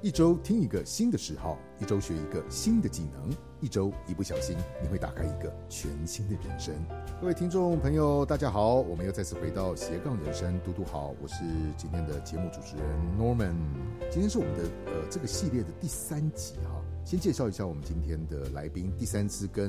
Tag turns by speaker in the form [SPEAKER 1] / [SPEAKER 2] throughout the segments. [SPEAKER 1] 一周听一个新的嗜好，一周学一个新的技能，一周一不小心你会打开一个全新的人生。各位听众朋友，大家好，我们又再次回到斜杠人生，嘟嘟好，我是今天的节目主持人 Norman。今天是我们的呃这个系列的第三集哈、先介绍一下我们今天的呃来宾，第三次跟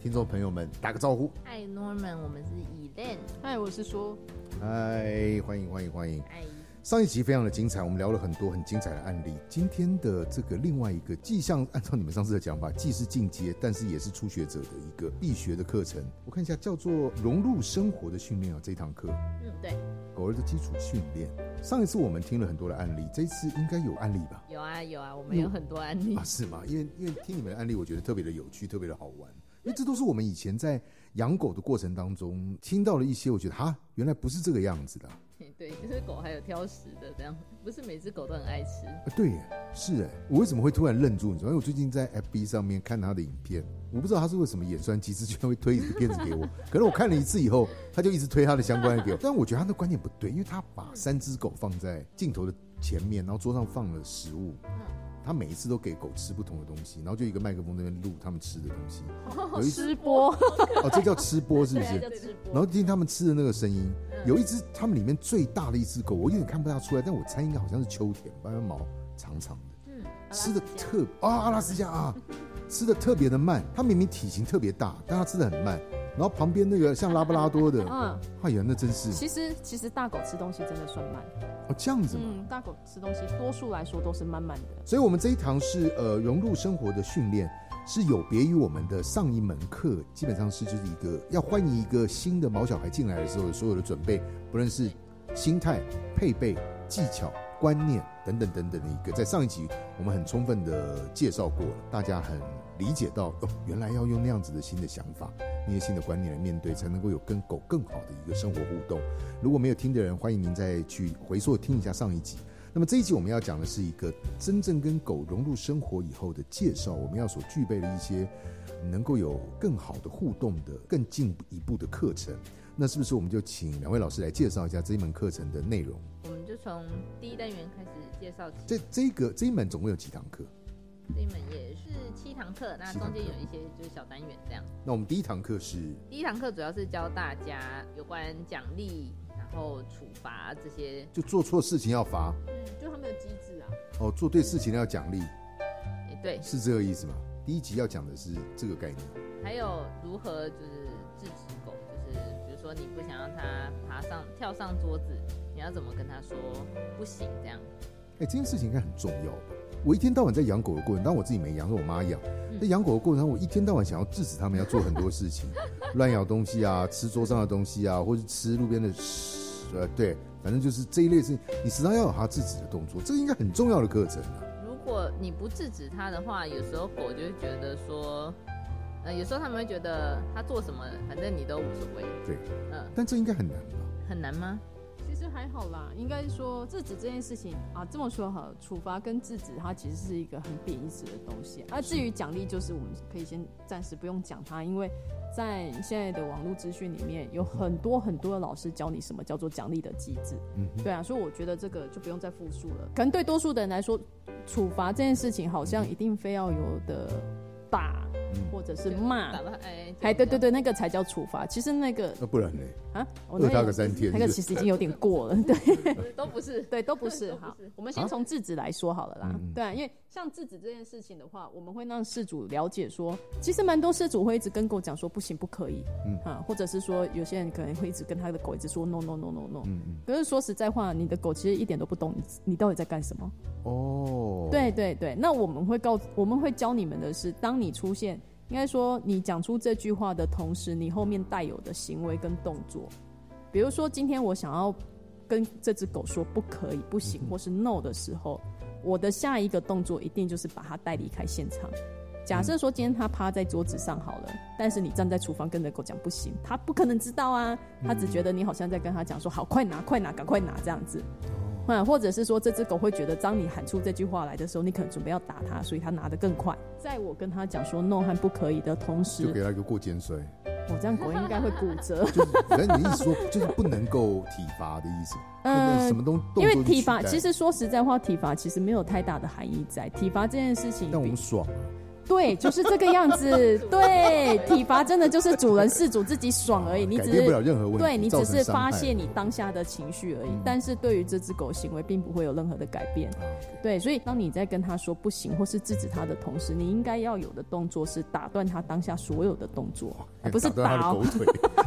[SPEAKER 1] 听众朋友们打个招呼。
[SPEAKER 2] 嗨，Norman，我们是 Elen，
[SPEAKER 3] 嗨，我是说，
[SPEAKER 1] 嗨，欢迎欢迎欢迎！
[SPEAKER 2] 哎，
[SPEAKER 1] 上一集非常的精彩，我们聊了很多很精彩的案例。今天的这个另外一个，既像按照你们上次的讲法，既是进阶，但是也是初学者的一个必学的课程。我看一下，叫做“融入生活的训练”啊，这一堂课，
[SPEAKER 2] 嗯，对，
[SPEAKER 1] 狗儿的基础训练。上一次我们听了很多的案例，这一次应该有案例吧？
[SPEAKER 2] 有啊有啊，我们有很多案例
[SPEAKER 1] 啊，，是吗？因为因为听你们的案例，我觉得特别的有趣，特别的好玩。因为这都是我们以前在养狗的过程当中听到了一些，我觉得哈，原来不是这个样子的啊、
[SPEAKER 2] 对，就是狗还有挑食的这样，不是每只狗都很爱吃，
[SPEAKER 1] 啊，对耶，是哎，我为什么会突然愣住？你知道，因为我最近在 FB 上面看他的影片，我不知道他是为什么演算机之居然会推一个片子给我。可能我看了一次以后，他就一直推他的相关的给我。但我觉得他的观点不对，因为他把三只狗放在镜头的前面，然后桌上放了食物，
[SPEAKER 2] 嗯
[SPEAKER 1] 他每一次都给狗吃不同的东西，然后就一个麦克风在那边录他们吃的东西。有一次
[SPEAKER 3] 吃播，
[SPEAKER 1] 哦，这叫吃播是不
[SPEAKER 2] 哦
[SPEAKER 1] 是
[SPEAKER 2] 对啊，？叫嗯直播，
[SPEAKER 1] 然后听他们吃的那个声音，有一只他们里面最大的一只狗，我有点看不大出来，但我猜应该好像是秋田，因为它毛长长的。
[SPEAKER 2] 嗯，
[SPEAKER 1] 吃的特啊阿拉斯加啊，吃的特别的慢。它明明体型特别大，但它吃的很慢。然后旁边那个像拉布拉多的，
[SPEAKER 3] 嗯，
[SPEAKER 1] 哎呀，那真是
[SPEAKER 3] 其实其实大狗吃东西真的算慢，
[SPEAKER 1] 哦这样子嘛。
[SPEAKER 3] 嗯，大狗吃东西多数来说都是慢慢的，
[SPEAKER 1] 所以我们这一堂是呃融入生活的训练，是有别于我们的上一门课，基本上是就是一个要欢迎一个新的毛小孩进来的时候，所有的准备，不论是心态、配备、技巧、观念等等等等的一个，在上一集我们很充分的介绍过了，大家很理解到哦，原来要用那样子的新的想法、那些新的观念来面对，才能够有跟狗更好的一个生活互动。如果没有听的人，欢迎您再去回溯听一下上一集。那么这一集我们要讲的是一个真正跟狗融入生活以后的介绍，我们要所具备的一些能够有更好的互动的、更进一步的课程。那是不是我们就请两位老师来介绍一下这一门课程的内容？
[SPEAKER 2] 我们就从第一单元开始介绍起，
[SPEAKER 1] 这这个这一门总共有几堂课？
[SPEAKER 2] 这一门也是七堂课，那
[SPEAKER 1] 七堂
[SPEAKER 2] 中
[SPEAKER 1] 课
[SPEAKER 2] 间有一些就是小单元这样。
[SPEAKER 1] 那我们第一堂课是
[SPEAKER 2] 第一堂课主要是教大家有关奖励，然后处罚这些，
[SPEAKER 1] 就做错事情要罚
[SPEAKER 3] 嗯，就他们的机制啊，
[SPEAKER 1] 哦，做对事情要奖励，
[SPEAKER 2] 哎，对，
[SPEAKER 1] 是这个意思吗？第一集要讲的是这个概念，
[SPEAKER 2] 还有如何就是制止狗，就是比如说你不想让它爬上跳上桌子，你要怎么跟它说不行这样？
[SPEAKER 1] 哎，这件事情应该很重要吧？我一天到晚在养狗的过程，当然我自己没养，是我妈养。
[SPEAKER 3] 嗯
[SPEAKER 1] 在养狗的过程当中，我一天到晚想要制止它们要做很多事 情，乱咬东西啊，吃桌上的东西啊，或是吃路边的食，呃，对，反正就是这一类事情，你时常要有它制止的动作，这个应该很重要的课程啊。
[SPEAKER 2] 如果你不制止它的话，有时候狗就会觉得说，呃，有时候它们会觉得啊它做什么，反正你都无所谓。
[SPEAKER 1] 对，
[SPEAKER 2] 嗯、
[SPEAKER 1] 但这应该很难吧？
[SPEAKER 2] 很难吗？
[SPEAKER 3] 其实还好啦，应该说制止这件事情啊，这么说好了，处罚跟制止它其实是一个很贬义词的东西啊。啊至于奖励，就是我们可以先暂时不用讲它，因为在现在的网络资讯里面有很多很多的老师教你什么叫做奖励的机制，
[SPEAKER 1] 嗯
[SPEAKER 3] 对啊，所以我觉得这个就不用再复述了。可能对多数的人来说，处罚这件事情好像一定非要有的打
[SPEAKER 1] 嗯，
[SPEAKER 3] 或者是骂
[SPEAKER 2] 打，吧，哎，
[SPEAKER 3] 哎，对对
[SPEAKER 2] 对，
[SPEAKER 3] 对，那个才叫处罚。其实那个
[SPEAKER 1] 那不然呢？
[SPEAKER 3] 啊，我
[SPEAKER 1] 饿
[SPEAKER 3] 那
[SPEAKER 1] 它
[SPEAKER 3] 个
[SPEAKER 1] 个三天，
[SPEAKER 3] 那个其实已经有点过 了，对
[SPEAKER 2] 都不是。
[SPEAKER 3] 对，都不是
[SPEAKER 2] 都不
[SPEAKER 3] 好
[SPEAKER 2] 是。。
[SPEAKER 3] 我们先从制止来说好了啦，
[SPEAKER 1] 啊嗯嗯
[SPEAKER 3] 对啊、因为像制止这件事情的话，我们会让事主了解说，其实蛮多事主会一直跟狗讲说不行不可以，
[SPEAKER 1] 嗯
[SPEAKER 3] 啊，或者是说有些人可能会一直跟他的狗一直说 no no no no no，
[SPEAKER 1] 嗯嗯，
[SPEAKER 3] 可是说实在话，你的狗其实一点都不懂你你到底在干什么。
[SPEAKER 1] 哦，
[SPEAKER 3] 对对对，那我们会告我们会教你们的是，当你出现，应该说你讲出这句话的同时，你后面带有的行为跟动作，比如说今天我想要跟这只狗说不可以、不行或是 no 的时候，我的下一个动作一定就是把它带离开现场。假
[SPEAKER 1] 嗯
[SPEAKER 3] 设说今天它趴在桌子上好了，但是你站在厨房跟着狗讲不行，它不可能知道啊，它
[SPEAKER 1] 嗯
[SPEAKER 3] 只觉得你好像在跟它讲说好，快拿，快拿，赶快拿这样子。
[SPEAKER 1] 哦
[SPEAKER 3] 嗯，或者是说这只狗会觉得，当你喊出这句话来的时候，你可能准备要打它，所以它拿得更快。在我跟它讲说 no 和不可以的同
[SPEAKER 1] 就
[SPEAKER 3] 时，
[SPEAKER 1] 给他一个过肩摔，
[SPEAKER 3] 我这样狗应该会骨折。
[SPEAKER 1] 就是反正你的意思说，就是不能够体罚的意思，那那
[SPEAKER 3] 嗯
[SPEAKER 1] 什，么东动
[SPEAKER 3] 因
[SPEAKER 1] 作
[SPEAKER 3] 为体罚
[SPEAKER 1] 去取代
[SPEAKER 3] 其，实说实在话，体罚其实没有太大的含义在。体罚这件事情比，
[SPEAKER 1] 但我们爽啊，
[SPEAKER 3] 对，就是这个样子对，体罚真的就是主人事主自己爽而已，你
[SPEAKER 1] 啊改
[SPEAKER 3] 只
[SPEAKER 1] 变不了
[SPEAKER 3] 是
[SPEAKER 1] 任何问题，
[SPEAKER 3] 对你
[SPEAKER 1] 造
[SPEAKER 3] 只
[SPEAKER 1] 成
[SPEAKER 3] 是
[SPEAKER 1] 伤害
[SPEAKER 3] 发泄你当下的情绪而已
[SPEAKER 1] 嗯。
[SPEAKER 3] 但是对于这只狗行为，并不会有任何的改变。
[SPEAKER 1] 啊，OK
[SPEAKER 3] 对，所以当你在跟它说不行或是制止它的同时，你应该要有的动作是打断它当下所有的动作，啊不是
[SPEAKER 1] 打断
[SPEAKER 3] 打
[SPEAKER 1] 哎他的
[SPEAKER 3] 哦
[SPEAKER 1] 狗。 腿，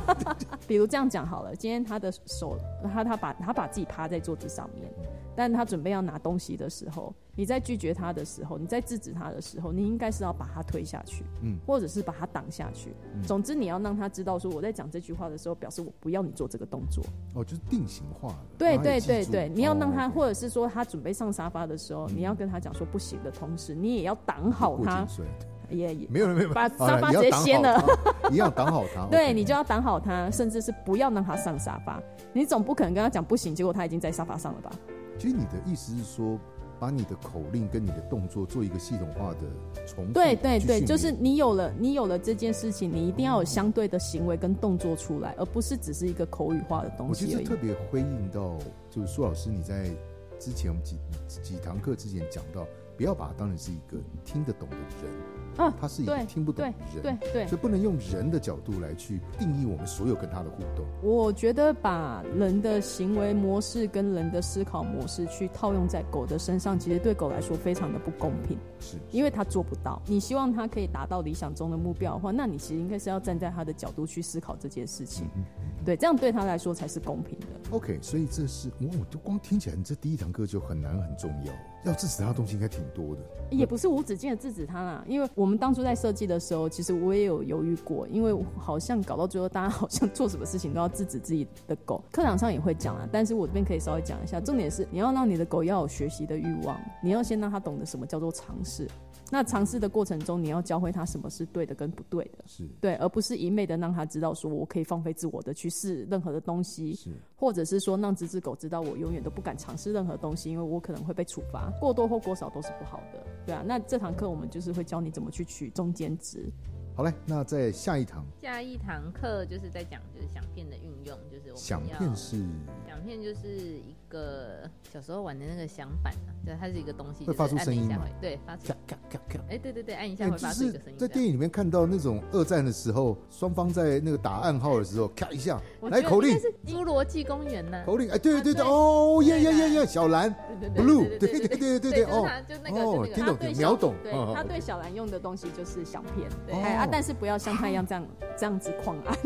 [SPEAKER 3] 比如这样讲好了，今天他的手，他他把他把自己趴在桌子上面，但他准备要拿东西的时候，你在拒绝他的时候，你在制止他的时候，你应该是要把他推下去，
[SPEAKER 1] 嗯
[SPEAKER 3] 或者是把他挡下去。总之，你要让他知道说，我在讲这句话的时候，表示我不要你做这个动作。
[SPEAKER 1] 哦，就是定型化了，
[SPEAKER 3] 对
[SPEAKER 1] 让他也
[SPEAKER 3] 对
[SPEAKER 1] 记
[SPEAKER 3] 对
[SPEAKER 1] 住
[SPEAKER 3] 对，你要让他，
[SPEAKER 1] 哦嗯
[SPEAKER 3] 或者是说他准备上沙发的时候，你要跟他讲说不行的同时，你也要挡好
[SPEAKER 1] 过
[SPEAKER 3] 他
[SPEAKER 1] 颈，椎
[SPEAKER 3] 也也
[SPEAKER 1] 没有没有，没有
[SPEAKER 3] 把
[SPEAKER 1] 好了
[SPEAKER 3] 沙发
[SPEAKER 1] 你要
[SPEAKER 3] 直接
[SPEAKER 1] 挡好
[SPEAKER 3] 掀了
[SPEAKER 1] 它，一样挡好它，
[SPEAKER 3] 对
[SPEAKER 1] OK
[SPEAKER 3] 你就要挡好他，甚至是不要让他上沙发。你总不可能跟他讲不行，结果他已经在沙发上了吧？
[SPEAKER 1] 其实你的意思是说，把你的口令跟你的动作做一个系统化的重复，
[SPEAKER 3] 对对对，
[SPEAKER 1] 去训练
[SPEAKER 3] 就是你有了你有了这件事情，你一定要有相对的行为跟动作出来，而不是只是一个口语化的东
[SPEAKER 1] 我觉
[SPEAKER 3] 西
[SPEAKER 1] 得这
[SPEAKER 3] 而已
[SPEAKER 1] 特。别回应到，就是苏老师你在之前我们几几堂课之前讲到，不要把它当成是一个听得懂的人，
[SPEAKER 3] 啊
[SPEAKER 1] 他是一个
[SPEAKER 3] 对
[SPEAKER 1] 听不懂的人，
[SPEAKER 3] 对对，
[SPEAKER 1] 所以不能用人的角度来去定义我们所有跟他的互动。
[SPEAKER 3] 我觉得把人的行为模式跟人的思考模式去套用在狗的身上，其实对狗来说非常的不公平，
[SPEAKER 1] 是，
[SPEAKER 3] 因为它做不到。你希望它可以达到理想中的目标的话，那你其实应该是要站在它的角度去思考这件事情，
[SPEAKER 1] 嗯
[SPEAKER 3] 对，这样对它来说才是公平的。
[SPEAKER 1] OK，所以这是我我就光听起来，你这第一堂课就很难很重要，要制止他的东西应该挺多的。
[SPEAKER 3] 也不是无止境的制止他啦，因为我们当初在设计的时候，其实我也有犹豫过，因为好像搞到最后，大家好像做什么事情都要制止自己的狗。课堂上也会讲啊，但是我这边可以稍微讲一下，重点是你要让你的狗要有学习的欲望，你要先让它懂得什么叫做尝试。那尝试的过程中，你要教会它什么是对的跟不对的，
[SPEAKER 1] 是
[SPEAKER 3] 对，而不是一昧的让它知道说我可以放飞自我的去试任何的东西，
[SPEAKER 1] 是，
[SPEAKER 3] 或者是说让这只狗知道我永远都不敢尝试任何东西，因为我可能会被处罚，过多或过少都是不好的，对啊。那这堂课我们就是会教你怎么去取中间值，
[SPEAKER 1] 好嘞，那在下一堂
[SPEAKER 2] 下一堂课就是在讲就是响片的运用，就是我
[SPEAKER 1] 响
[SPEAKER 2] 们要
[SPEAKER 1] 片是
[SPEAKER 2] 响片就是一个小时候玩的那个响板啊，就是它是一个东西，
[SPEAKER 1] 会发出
[SPEAKER 2] 就是按一
[SPEAKER 1] 声音
[SPEAKER 2] 下
[SPEAKER 1] 吗
[SPEAKER 2] 会对，发出
[SPEAKER 1] 咔咔咔咔。
[SPEAKER 2] 哎、对对对，按一
[SPEAKER 1] 哎
[SPEAKER 2] 下会
[SPEAKER 1] 就
[SPEAKER 2] 发出一
[SPEAKER 1] 是
[SPEAKER 2] 个声音。
[SPEAKER 1] 在电影里面看到那种二战的时候，双方在那个打暗号的时候，咔一下，
[SPEAKER 2] 我
[SPEAKER 1] 来
[SPEAKER 2] 觉得
[SPEAKER 1] 口
[SPEAKER 2] 应
[SPEAKER 1] 令
[SPEAKER 2] 该，是侏罗纪公园呢、
[SPEAKER 1] 口令，哎，对对对对，
[SPEAKER 2] 啊对
[SPEAKER 1] 哦，耶耶耶耶，小蓝
[SPEAKER 2] 对对
[SPEAKER 1] ，blue，对
[SPEAKER 2] 对对
[SPEAKER 1] 对对对对
[SPEAKER 2] 对，
[SPEAKER 1] 对，
[SPEAKER 2] 就是
[SPEAKER 1] 哦
[SPEAKER 2] 它就那个就
[SPEAKER 1] 哦
[SPEAKER 2] 那，
[SPEAKER 1] 听
[SPEAKER 2] 个，啊
[SPEAKER 1] 懂
[SPEAKER 3] 它对，小
[SPEAKER 1] 秒懂，
[SPEAKER 3] 对
[SPEAKER 1] 嗯
[SPEAKER 3] 他
[SPEAKER 1] 嗯
[SPEAKER 3] 对小兰用的东西就是响片，对、
[SPEAKER 1] 哦
[SPEAKER 3] 哎啊，但是不要像他一样这样这样子狂 按，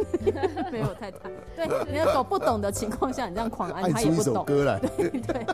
[SPEAKER 3] 没有太大。对，你的狗不懂的情况啊下，你这样狂按，
[SPEAKER 1] 按
[SPEAKER 3] 它也
[SPEAKER 1] 出一
[SPEAKER 3] 不
[SPEAKER 1] 首
[SPEAKER 3] 懂。
[SPEAKER 1] 歌来，
[SPEAKER 3] 对对，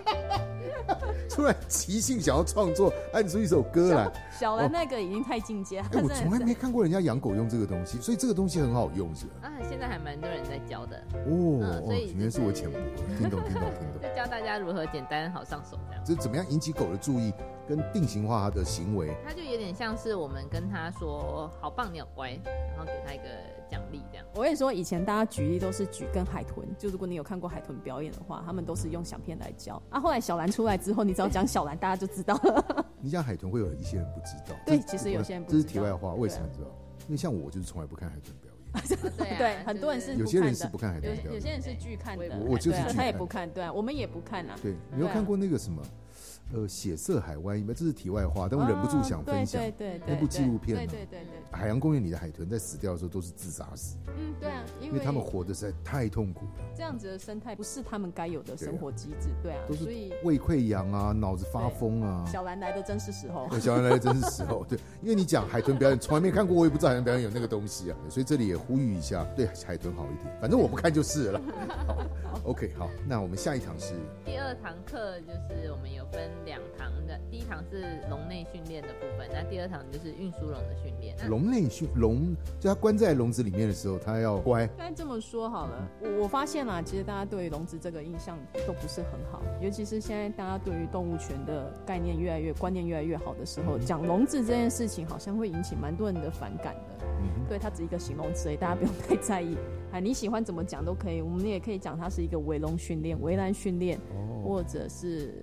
[SPEAKER 1] 突然即兴想要创作，按出一首歌来。
[SPEAKER 3] 小兰那个已经太进阶，
[SPEAKER 1] 哦哎，
[SPEAKER 3] 它
[SPEAKER 1] 我
[SPEAKER 3] 真
[SPEAKER 1] 从来
[SPEAKER 3] 的是
[SPEAKER 1] 没看过人家养狗用这个东西，所以这个东西很好用，是吧？
[SPEAKER 2] 啊，现在还蛮多人在教的，
[SPEAKER 1] 哦，哦，
[SPEAKER 2] 所以就是
[SPEAKER 1] 原来是我浅薄，听懂听懂 听懂
[SPEAKER 2] 就。教大家如何简单好上手这样。
[SPEAKER 1] 这怎么样引起狗的注意，跟定型化它的行为，
[SPEAKER 2] 它就有点像是我们跟它说“好棒，你好乖”，然后给它一个奖励 这样。
[SPEAKER 3] 我跟你说，以前大家举例都是举跟海豚，就如果你有看过海豚表演的话，他们都是用响片来教。啊，后来小兰出来之后，你只要讲小兰，大家就知道了。
[SPEAKER 1] 你讲海豚会有一些人不知道，
[SPEAKER 3] 对
[SPEAKER 1] 这
[SPEAKER 3] 其实有些人不
[SPEAKER 1] 这是
[SPEAKER 3] 知
[SPEAKER 1] 题
[SPEAKER 3] 道
[SPEAKER 1] 外话，为
[SPEAKER 3] 对啊
[SPEAKER 1] 什么你知道？因为像我就是从来不看海豚表演，
[SPEAKER 2] 啊对啊
[SPEAKER 3] 对
[SPEAKER 2] 就是
[SPEAKER 3] 很多人是
[SPEAKER 1] 有
[SPEAKER 3] 不
[SPEAKER 1] 些人
[SPEAKER 3] 看
[SPEAKER 1] 是
[SPEAKER 3] 的
[SPEAKER 1] 不看海
[SPEAKER 3] 有
[SPEAKER 1] 豚表
[SPEAKER 3] 有
[SPEAKER 1] 演，
[SPEAKER 3] 些人是拒看的，
[SPEAKER 1] 我我就是
[SPEAKER 3] 对啊
[SPEAKER 1] 拒看
[SPEAKER 3] 他也不看，对啊，我们也不看啊。
[SPEAKER 1] 对，你有
[SPEAKER 3] 对啊
[SPEAKER 1] 看过那个什么，呃，血色海湾，因为这是题外话，但我忍不住想分享
[SPEAKER 3] 哦对，对对对，
[SPEAKER 1] 那部纪录片啊
[SPEAKER 3] 对
[SPEAKER 1] 呢
[SPEAKER 3] 对对对，
[SPEAKER 1] 海洋公园里的海豚在死掉的时候都是自杀死，
[SPEAKER 3] 嗯，对啊，因
[SPEAKER 1] 因为他们活得实在太痛苦了，
[SPEAKER 3] 这样子的生态不是他们该有的生活机制，对啊，
[SPEAKER 1] 都是
[SPEAKER 3] 所以
[SPEAKER 1] 胃溃疡啊，脑子发
[SPEAKER 3] 对
[SPEAKER 1] 疯啊。
[SPEAKER 3] 小兰来的真是时候。
[SPEAKER 1] 对小人来真是时候，对，因为你讲海豚表演，从来没看过，我也不知道海豚表演有那个东西啊，所以这里也呼吁一下，对海豚好一点，反正我不看就是 了。好，OK，好，那我们下一堂是
[SPEAKER 2] 第二堂课就是我们有分两堂的，第一堂是笼内训练的部分，那第二堂就是运输笼的训练。啊那
[SPEAKER 1] 笼内训笼，就它关在笼子里面的时候，它要乖，
[SPEAKER 3] 应该这么说好了，我我发现啦，其实大家对于笼子这个印象都不是很好，尤其是现在大家对于动物权的概念越来越观念越来越好的时候，讲笼子这件事情好像会引起蛮多人的反感的。
[SPEAKER 1] 嗯
[SPEAKER 3] 对，它只是一个形容词而已，大家不用太在意。 哎，你喜欢怎么讲都可以，我们也可以讲它是一个围笼训练、围栏训练，
[SPEAKER 1] 哼，哦，
[SPEAKER 3] 或者是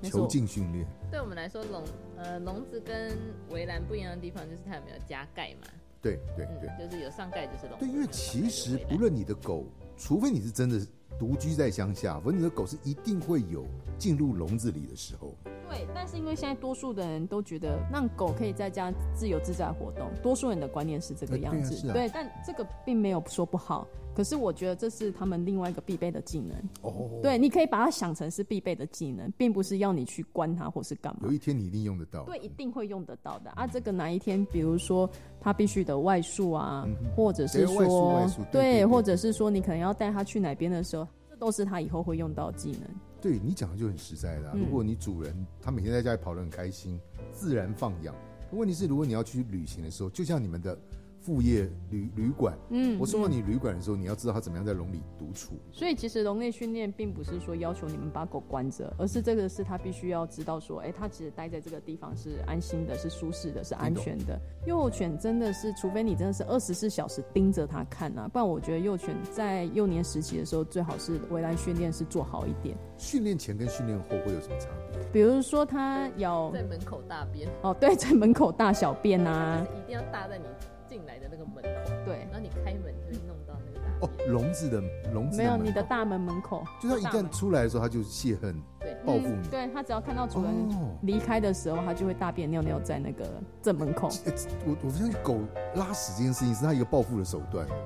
[SPEAKER 3] 那是
[SPEAKER 1] 囚
[SPEAKER 3] 我
[SPEAKER 1] 禁训练，
[SPEAKER 2] 对我们来说，笼呃笼子跟围栏不一样的地方就是它有没有加盖嘛？
[SPEAKER 1] 对对哎对
[SPEAKER 2] 嗯，就是有上盖就是笼子。
[SPEAKER 1] 对，因为
[SPEAKER 2] 没有上
[SPEAKER 1] 其
[SPEAKER 2] 盖就
[SPEAKER 1] 实
[SPEAKER 2] 回来
[SPEAKER 1] 不论你的狗，除非你是真的独居在乡下，否则你的狗是一定会有进入笼子里的时候。
[SPEAKER 3] 对，但是因为现在多数的人都觉得让狗可以在家自由自在活动，多数人的观念是这个
[SPEAKER 1] 呃
[SPEAKER 3] 样
[SPEAKER 1] 对啊
[SPEAKER 3] 子。
[SPEAKER 1] 是啊
[SPEAKER 3] 对，但这个并没有说不好，可是我觉得这是他们另外一个必备的技能。
[SPEAKER 1] 哦，
[SPEAKER 3] 对，你可以把它想成是必备的技能，并不是要你去关它或是干嘛
[SPEAKER 1] 有。一天你一定用得到。
[SPEAKER 3] 对，一定会用得到的啊！这个哪一天，比如说他必须得外宿啊，
[SPEAKER 1] 嗯
[SPEAKER 3] 或者是
[SPEAKER 1] 对外宿
[SPEAKER 3] 说
[SPEAKER 1] 外宿对对对
[SPEAKER 3] 或者是说你可能要带他去哪边的时候，这都是他以后会用到的技能。
[SPEAKER 1] 对你讲的就很实在啦、如果你主人他每天在家里跑得很开心，自然放养。问题是，如果你要去旅行的时候，就像你们的副业旅旅馆，
[SPEAKER 3] 嗯
[SPEAKER 1] 我送到你旅馆的时候，你要知道它怎么样在笼里独处。
[SPEAKER 3] 所以其实笼内训练并不是说要求你们把狗关着，而是这个是他必须要知道说，哎、他其实待在这个地方是安心的、是舒适的、是安全的。幼犬真的是，除非你真的是二十四小时盯着它看啊，不然我觉得幼犬在幼年时期的时候，最好是围栏训练是做好一点，
[SPEAKER 1] 训练前跟训练后会有什么差别？
[SPEAKER 3] 比如说它咬
[SPEAKER 2] 在门口大便，
[SPEAKER 3] 哦，对，在门口大小便啊，
[SPEAKER 2] 就是一定要搭在你进来的那个门口，
[SPEAKER 3] 对，
[SPEAKER 2] 然后你开门就会弄到那个大
[SPEAKER 1] 哦
[SPEAKER 2] 便。，
[SPEAKER 1] 笼子的笼子
[SPEAKER 3] 没有你
[SPEAKER 1] 门
[SPEAKER 3] 的
[SPEAKER 1] 口，
[SPEAKER 3] 大门门口
[SPEAKER 1] 就是它一
[SPEAKER 2] 大
[SPEAKER 1] 旦
[SPEAKER 2] 门
[SPEAKER 1] 出来的时候，它就泄恨
[SPEAKER 2] 对，
[SPEAKER 3] 哦
[SPEAKER 1] 报复你。
[SPEAKER 3] 对它只要看到主人
[SPEAKER 1] 哦，
[SPEAKER 3] 离开的时候，它就会大便尿尿在那个正门口。
[SPEAKER 1] 欸我我相信狗拉屎这件事情是它一个报复的手段。
[SPEAKER 3] 嗯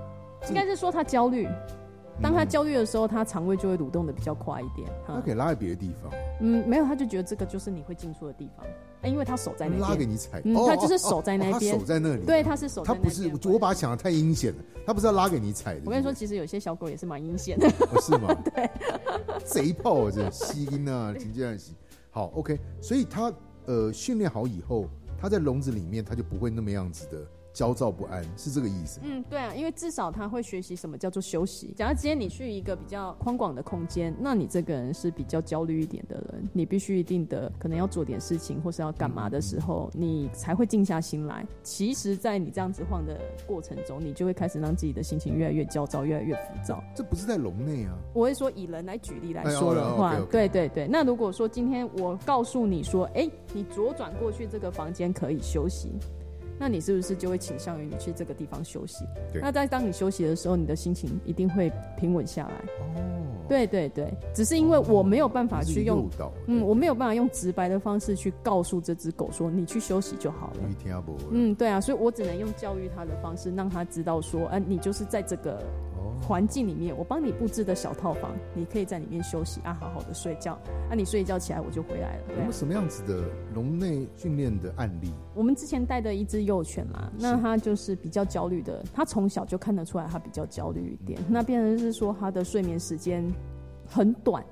[SPEAKER 3] 应该是说他焦虑。当他焦虑的时候，他肠胃就会蠕动的比较快一点。
[SPEAKER 1] 它
[SPEAKER 3] 哈，
[SPEAKER 1] 可以拉在别的地方，
[SPEAKER 3] 嗯，没有，他就觉得这个就是你会进出的地方，哎因为他手在那
[SPEAKER 1] 拉给
[SPEAKER 3] 边。
[SPEAKER 1] 你踩。
[SPEAKER 3] 嗯
[SPEAKER 1] 哦，
[SPEAKER 3] 它就是
[SPEAKER 1] 哦哦
[SPEAKER 3] 手在
[SPEAKER 1] 哦
[SPEAKER 3] 那
[SPEAKER 1] 它
[SPEAKER 3] 边
[SPEAKER 1] 手在那里。
[SPEAKER 3] 对，他是手在
[SPEAKER 1] 它
[SPEAKER 3] 那
[SPEAKER 1] 不
[SPEAKER 3] 边。
[SPEAKER 1] 是，我我把它想的太阴险了，它不是要拉给你踩的。
[SPEAKER 3] 我跟你说，其实有些小狗也是蛮阴险的。
[SPEAKER 1] 对不对，哦是 吗？对，贼炮啊这吸音啊，请这样吸。好，OK，所以它呃训练好以后，它在笼子里面，它就不会那么样子的焦躁不安，是这个意思吗。
[SPEAKER 3] 嗯，对啊，因为至少他会学习什么叫做休息。假如今天你去一个比较宽广的空间，那你这个人是比较焦虑一点的人，你必须一定的可能要做点事情或是要干嘛的时候，你才会静下心来。其实，在你这样子晃的过程中，你就会开始让自己的心情越来越焦躁，越来越浮躁。
[SPEAKER 1] 这不是在笼内啊，
[SPEAKER 3] 我会说以人来举例来说的话，
[SPEAKER 1] 哎哦，OK，OK
[SPEAKER 3] 对对对。那如果说今天我告诉你说，哎，你左转过去这个房间可以休息，那你是不是就会倾向于你去这个地方休息？
[SPEAKER 1] 对
[SPEAKER 3] 那在当你休息的时候，你的心情一定会平稳下来。
[SPEAKER 1] 哦，
[SPEAKER 3] 对对对，只是因为我没有办法
[SPEAKER 1] 这是
[SPEAKER 3] 去用
[SPEAKER 1] 诱，导。
[SPEAKER 3] 嗯，
[SPEAKER 1] 对
[SPEAKER 3] 我没有办法用直白的方式去告诉这只狗说，你去休息就好了。
[SPEAKER 1] 因为听不懂。
[SPEAKER 3] 嗯，对啊，所以我只能用教育它的方式，让它知道说，啊，你就是在这个
[SPEAKER 1] 哦
[SPEAKER 3] 环境里面，我帮你布置的小套房，你可以在里面休息啊，好好的睡觉啊。你睡一觉起来，我就回来了。
[SPEAKER 1] 有
[SPEAKER 3] 对
[SPEAKER 1] 没
[SPEAKER 3] 啊、
[SPEAKER 1] 有什么样子的笼内训练的案例？
[SPEAKER 3] 我们之前带的一只幼犬嘛，那它就是比较焦虑的，它从小就看得出来它比较焦虑一点。
[SPEAKER 1] 嗯
[SPEAKER 3] 那变成是说它的睡眠时间很短，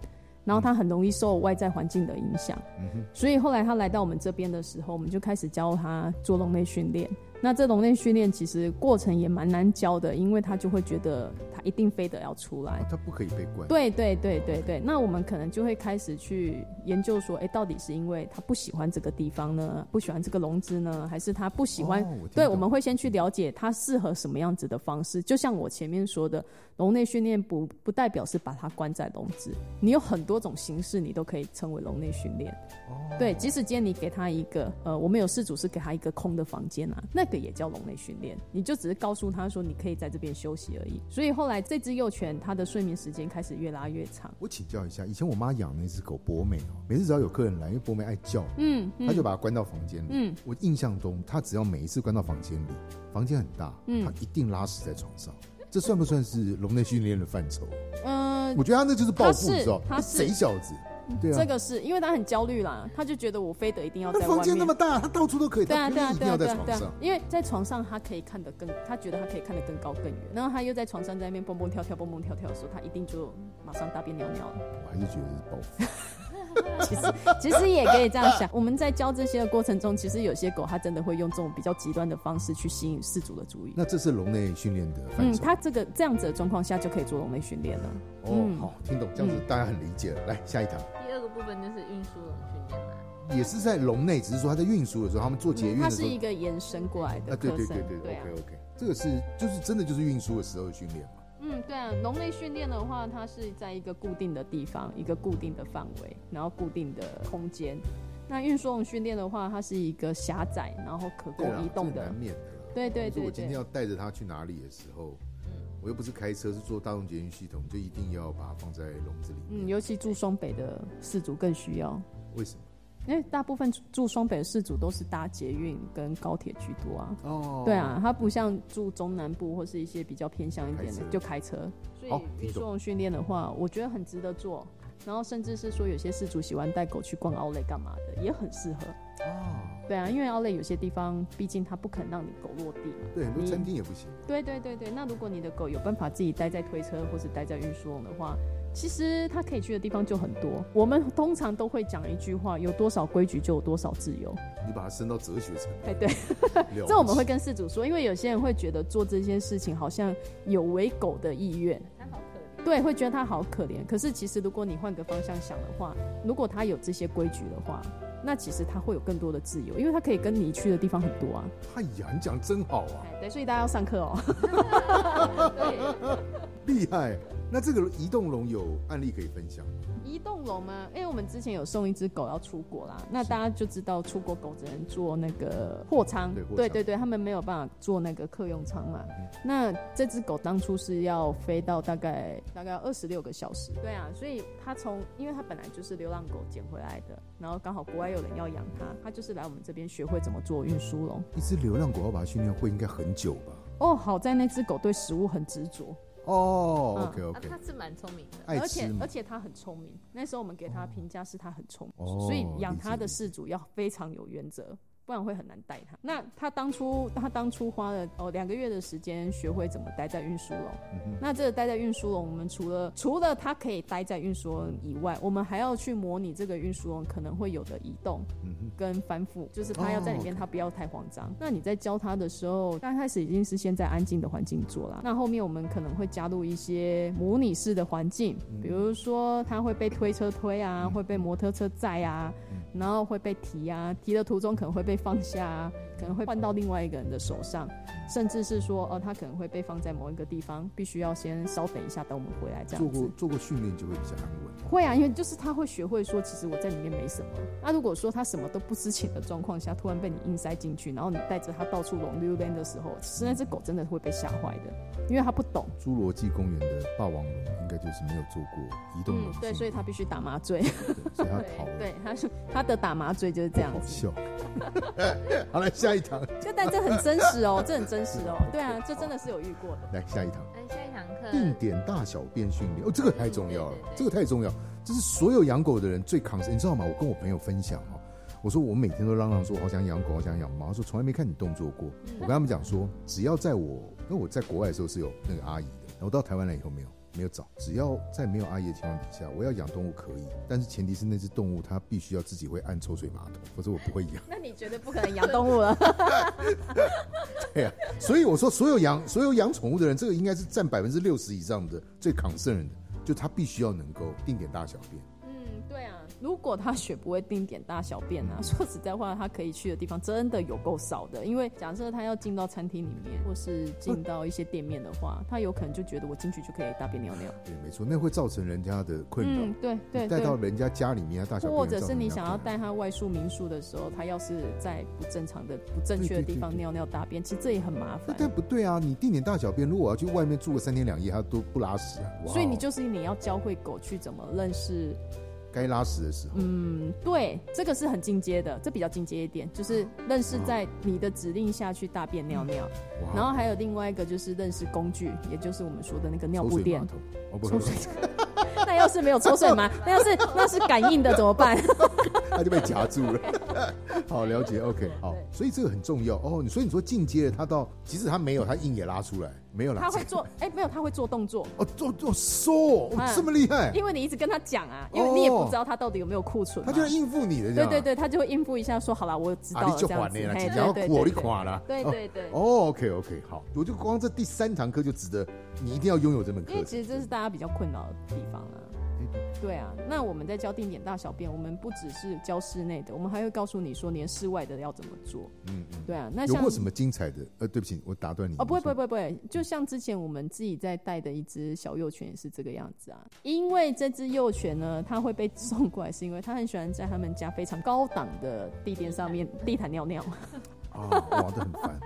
[SPEAKER 3] 然后它很容易受外在环境的影响。
[SPEAKER 1] 嗯哼，
[SPEAKER 3] 所以后来他来到我们这边的时候，我们就开始教他做笼内训练。那这笼内训练其实过程也蛮难教的，因为他就会觉得他一定非得要出来
[SPEAKER 1] 哦。它不可以被关。
[SPEAKER 3] 哎对对对对对，那我们可能就会开始去研究说，哎，到底是因为他不喜欢这个地方呢，不喜欢这个笼子呢，还是他不喜欢？
[SPEAKER 1] 哦我听
[SPEAKER 3] 对，
[SPEAKER 1] 懂
[SPEAKER 3] 我们会先去了解他适合什么样子的方式。就像我前面说的，笼内训练不不代表是把它关在笼子，你有很多种形式，你都可以称为笼内训练。
[SPEAKER 1] 哦
[SPEAKER 3] 对，即使今天你给他一个，呃，我们有事主是给他一个空的房间啊，那个也叫笼内训练，你就只是告诉他说你可以在这边休息而已。所以后来这只幼犬它的睡眠时间开始越拉越长，
[SPEAKER 1] 我请教一下，以前我妈养那只狗博美哦，每次只要有客人来，因为博美爱叫，
[SPEAKER 3] 嗯，
[SPEAKER 1] 她就把它关到房间里。
[SPEAKER 3] 嗯，
[SPEAKER 1] 我印象中，她只要每一次关到房间里，房间很大，
[SPEAKER 3] 嗯
[SPEAKER 1] 她一定拉屎在床上。这算不算是笼内训练的范畴？
[SPEAKER 3] 嗯、
[SPEAKER 1] 我觉得她那就是报复，
[SPEAKER 3] 她是
[SPEAKER 1] 你知道？
[SPEAKER 3] 她是嗯
[SPEAKER 1] 贼小子，对啊。
[SPEAKER 3] 这个是因为他很焦虑啦，他就觉得我非得一定要
[SPEAKER 1] 那
[SPEAKER 3] 在外
[SPEAKER 1] 房间
[SPEAKER 3] 面
[SPEAKER 1] 那。么大，她到处都可以，
[SPEAKER 3] 对啊，
[SPEAKER 1] 她不
[SPEAKER 3] 对
[SPEAKER 1] 是
[SPEAKER 3] 啊，
[SPEAKER 1] 一定要
[SPEAKER 3] 对啊，对
[SPEAKER 1] 在
[SPEAKER 3] 啊，
[SPEAKER 1] 床
[SPEAKER 3] 对
[SPEAKER 1] 上
[SPEAKER 3] 啊。，因为在床上他可以看得更，他觉得他可以看得更高更远，然后他又在床上在那边蹦蹦跳跳、蹦蹦跳跳的时候，他一定就马上大便尿尿了。
[SPEAKER 1] 我还是觉得是报复。
[SPEAKER 3] 其实其实也可以这样想，我们在教这些的过程中，其实有些狗它真的会用这种比较极端的方式去吸引饲主的注意。
[SPEAKER 1] 那这是笼内训练的范
[SPEAKER 3] 嗯，
[SPEAKER 1] 畴。
[SPEAKER 3] 它这个这样子的状况下就可以做笼内训练了。
[SPEAKER 1] 哦
[SPEAKER 3] 嗯，
[SPEAKER 1] 好，听懂，这样子大家很理解了。来，下一堂。
[SPEAKER 2] 第二个部分就是运输笼训练啦。
[SPEAKER 1] 也是在笼内，只是说他在运输的时候，他们做捷运
[SPEAKER 3] 嗯它
[SPEAKER 1] 的
[SPEAKER 3] 是
[SPEAKER 1] 时候，
[SPEAKER 3] 一个延伸过来的
[SPEAKER 1] 啊，对
[SPEAKER 3] 课
[SPEAKER 1] 对
[SPEAKER 3] 程，
[SPEAKER 1] 对对
[SPEAKER 3] 啊
[SPEAKER 1] o k。OK，这个是就是真的就是运输的时候的训练嘛。
[SPEAKER 3] 嗯，对啊，笼内训练的话，它是在一个固定的地方、一个固定的范围，然后固定的空间。那运送训练的话，它是一个狭窄然后可供
[SPEAKER 1] 对啦
[SPEAKER 3] 啊
[SPEAKER 1] 啊
[SPEAKER 3] 移动
[SPEAKER 1] 这个
[SPEAKER 3] 的
[SPEAKER 1] 难免的啦。
[SPEAKER 3] 对对
[SPEAKER 1] 比如说
[SPEAKER 3] 对
[SPEAKER 1] 我今天
[SPEAKER 3] 对，
[SPEAKER 1] 要带着它去哪里的时候，
[SPEAKER 2] 嗯
[SPEAKER 1] 我又不是开车，是坐大众捷运系统，就一定要把它放在笼子里
[SPEAKER 3] 嗯，
[SPEAKER 1] 面。
[SPEAKER 3] 尤其住双北的事主更需要，
[SPEAKER 1] 为什么？
[SPEAKER 3] 因为大部分住住双北的事主都是搭捷运跟高铁居多啊。
[SPEAKER 1] 哦，
[SPEAKER 3] 对，啊，他不像住中南部或是一些比较偏向一点
[SPEAKER 1] 开
[SPEAKER 3] 的
[SPEAKER 1] 车
[SPEAKER 3] 就开车，所以
[SPEAKER 1] 好
[SPEAKER 3] 运
[SPEAKER 1] 听懂
[SPEAKER 3] 动训练的话，我觉得很值得做。然后甚至是说，有些事主喜欢带狗去逛奥莱干嘛的，也很适合。
[SPEAKER 1] 哦，
[SPEAKER 3] 对啊，因为奥莱有些地方，毕竟它不肯让你狗落地嘛。
[SPEAKER 1] 对，很多
[SPEAKER 3] 你
[SPEAKER 1] 餐厅也不行。
[SPEAKER 3] 对对对对，那如果你的狗有办法自己待在推车或是待在运输笼的话，其实它可以去的地方就很多。我们通常都会讲一句话：有多少规矩就有多少自由。
[SPEAKER 1] 你把它升到哲学层，
[SPEAKER 3] 哎，对，
[SPEAKER 1] 了
[SPEAKER 3] 这我们
[SPEAKER 1] 不
[SPEAKER 3] 会
[SPEAKER 1] 起
[SPEAKER 3] 跟事主说，因为有些人会觉得做这些事情好像有违狗的意愿。
[SPEAKER 2] 它好可怜。
[SPEAKER 3] 对，会觉得他好可怜。可是其实如果你换个方向想的话，如果他有这些规矩的话，那其实他会有更多的自由，因为他可以跟你去的地方很多啊。
[SPEAKER 1] 哎呀，你讲真好啊，
[SPEAKER 3] 哎，对，所以大家要上课哦。
[SPEAKER 2] 对，
[SPEAKER 1] 厉害。那这个移动笼有案例可以分享吗，
[SPEAKER 3] 移动笼嘛，因为我们之前有送一只狗要出国啦，那
[SPEAKER 1] 是
[SPEAKER 3] 大家就知道出国狗只能坐那个货仓
[SPEAKER 1] 对货，嗯仓
[SPEAKER 3] 对对对，他们没有办法坐那个客用舱嘛。那这只狗当初是要飞到大概大概二十六个小时，对啊，所以它从因为它本来就是流浪狗捡回来的，然后刚好国外有人要养它，它就是来我们这边学会怎么做运输笼。
[SPEAKER 1] 一只流浪狗要把它训练会应该很久吧？
[SPEAKER 3] 哦，好在那只狗对食物很执着，
[SPEAKER 1] 哦
[SPEAKER 3] 嗯
[SPEAKER 1] ，OK
[SPEAKER 2] 啊
[SPEAKER 1] OK，
[SPEAKER 2] 它是蛮聪明的。
[SPEAKER 1] 爱
[SPEAKER 3] 而
[SPEAKER 1] 吃
[SPEAKER 3] 且
[SPEAKER 1] 嘛
[SPEAKER 3] 而，且它很聪明。那时候我们给它的评价是它很聪明，
[SPEAKER 1] 哦
[SPEAKER 3] 所以养它
[SPEAKER 1] 理
[SPEAKER 3] 的
[SPEAKER 1] 解
[SPEAKER 3] 饲主要非常有原则，不然会很难带它。那它当初它当初花了哦两个月的时间学会怎么待在运输笼。
[SPEAKER 1] 嗯哼
[SPEAKER 3] 那这个待在运输笼，我们除了除了它可以待在运输笼以外，我们还要去模拟这个运输笼可能会有的移动。
[SPEAKER 1] 嗯哼，
[SPEAKER 3] 跟翻覆，就是它要在里面，
[SPEAKER 1] 哦
[SPEAKER 3] 它不要太慌张。那你在教它的时候，刚开始已经是先在安静的环境做啦。那后面我们可能会加入一些模拟式的环境，比如说它会被推车推啊，
[SPEAKER 1] 嗯
[SPEAKER 3] 会被摩托车载啊，然后会被提啊，提的途中可能会被放下啊，可能会换到另外一个人的手上，甚至是说哦，它可能会被放在某一个地方，必须要先稍等一下，等我们回来这
[SPEAKER 1] 做
[SPEAKER 3] 样
[SPEAKER 1] 过
[SPEAKER 3] 子。
[SPEAKER 1] 做过训练就会比嗯较安稳。
[SPEAKER 3] 会啊，因为就是他会学会说，其实我在里面没什么。那、如果说他什么都不知情的状况下，突然被你硬塞进去，然后你带着他到处乱溜达的时候，其实那只狗真的会被吓坏的，因为它不懂。
[SPEAKER 1] 侏罗纪公园的霸王龙应该就是没有做过移动笼训练，
[SPEAKER 3] 嗯对，所以它必须打麻醉。
[SPEAKER 1] 对所以它逃了，
[SPEAKER 3] 对，它是它的打麻醉就是这样
[SPEAKER 1] 好
[SPEAKER 3] 子。
[SPEAKER 1] 笑。 好来下一堂，
[SPEAKER 3] 就但这很真实哦，这很真实哦。对啊，这真的是有遇过的。
[SPEAKER 1] 来下一堂。
[SPEAKER 2] 那啊下一堂课，
[SPEAKER 1] 定点大小便训练哦，这个太重要了
[SPEAKER 2] 对对，对
[SPEAKER 1] 这个太重要，这是所有养狗的人最 concern，你知道吗？我跟我朋友分享哦，我说我每天都嚷嚷说好想养狗，好想养猫，他说从来没看你动作过。我跟他们讲说，只要在我，因为我在国外的时候是有那个阿姨的，然后到台湾来以后没有。没有找，只要在没有阿姨的情况底下，我要养动物可以，但是前提是那只动物它必须要自己会按抽水马桶，否则我不会养。
[SPEAKER 3] 那你绝对不可能养动物了。
[SPEAKER 1] 对啊，所以我说，所有养所有养宠物的人，这个应该是占百分之六十以上的最 concern 的，就他必须要能够定点大小便。
[SPEAKER 3] 嗯，对啊。如果他血不会定点大小便啊， 说实在话，他可以去的地方真的有够少的。因为假设他要进到餐厅里面，或是进到一些店面的话，他有可能就觉得我进去就可以大便尿尿。
[SPEAKER 1] 对，没错，那会造成人家的困扰。
[SPEAKER 3] 嗯，对对
[SPEAKER 1] 你带到
[SPEAKER 3] 对。
[SPEAKER 1] 人家家里面，大小便
[SPEAKER 3] 或者
[SPEAKER 1] 造
[SPEAKER 3] 是
[SPEAKER 1] 成
[SPEAKER 3] 你
[SPEAKER 1] 人家
[SPEAKER 3] 想要
[SPEAKER 1] 困扰
[SPEAKER 3] 带他外宿民宿的时候，他要是在不正常的、不正
[SPEAKER 1] 对
[SPEAKER 3] 确
[SPEAKER 1] 对
[SPEAKER 3] 的
[SPEAKER 1] 对
[SPEAKER 3] 地方
[SPEAKER 1] 对
[SPEAKER 3] 尿尿大便，其实这也很麻
[SPEAKER 1] 那
[SPEAKER 3] 烦。
[SPEAKER 1] 但不对啊！你定点大小便，如果我要去外面住个三天两夜，他都不拉屎啊。哇哦
[SPEAKER 3] 所以你就是你要教会狗去怎么认识
[SPEAKER 1] 该拉屎的时候，
[SPEAKER 3] 嗯，对，这个是很进阶的，这比较进阶一点，就是认识在你的指令下去大便尿尿，
[SPEAKER 1] 哇哦
[SPEAKER 3] 然后还有另外一个就是认识工具，也就是我们说的那个尿
[SPEAKER 1] 抽
[SPEAKER 3] 布
[SPEAKER 1] 水
[SPEAKER 3] 垫
[SPEAKER 1] 马。桶，哦不，
[SPEAKER 3] 抽 水， 那要是没有抽水嘛， 那要是那是感应的怎么办？
[SPEAKER 1] 他就被夹住了。 好，了解，OK，好
[SPEAKER 3] 对，
[SPEAKER 1] 所以这个很重要哦。你所以你说进阶的，他到即使他没有，他硬也拉出来，没有啦。
[SPEAKER 3] 他会做，哎、没有，他会做动作，
[SPEAKER 1] 哦，做做收，哦
[SPEAKER 3] 啊
[SPEAKER 1] 这么厉害，
[SPEAKER 3] 因为你一直跟他讲啊，因为你也不知道他到底有没有库存
[SPEAKER 1] 哦他。
[SPEAKER 3] 嘛
[SPEAKER 1] 就要应付你的这
[SPEAKER 3] 对
[SPEAKER 1] 样。
[SPEAKER 3] 对对，他就会应付一下说好啦，我知道
[SPEAKER 1] 啊，
[SPEAKER 3] 了
[SPEAKER 1] 你就
[SPEAKER 3] 这
[SPEAKER 1] 垮
[SPEAKER 3] 样子
[SPEAKER 1] 你，了，
[SPEAKER 3] 嘿
[SPEAKER 1] 然后火你垮了。
[SPEAKER 3] 对对对对。
[SPEAKER 1] 哦，OK OK，好，我就光这第三堂课就值得你一定要拥有这门课
[SPEAKER 3] 因为
[SPEAKER 1] 程。
[SPEAKER 3] 其实这是大家比较困扰的地方啊。
[SPEAKER 1] 嗯
[SPEAKER 3] 对啊，那我们在教定点大小便，我们不只是教室内的，我们还会告诉你说连室外的要怎么做。
[SPEAKER 1] 嗯嗯，
[SPEAKER 3] 对啊，那
[SPEAKER 1] 有
[SPEAKER 3] 像
[SPEAKER 1] 过什么精彩的？呃，对不起，我打断你。
[SPEAKER 3] 哦，不会不会
[SPEAKER 1] 不
[SPEAKER 3] 不会不会，就像之前我们自己在带的一只小幼犬也是这个样子啊。因为这只幼犬呢，它会被送过来，是因为它很喜欢在他们家非常高档的地垫上面地毯尿尿。
[SPEAKER 1] 啊，哇，这很烦。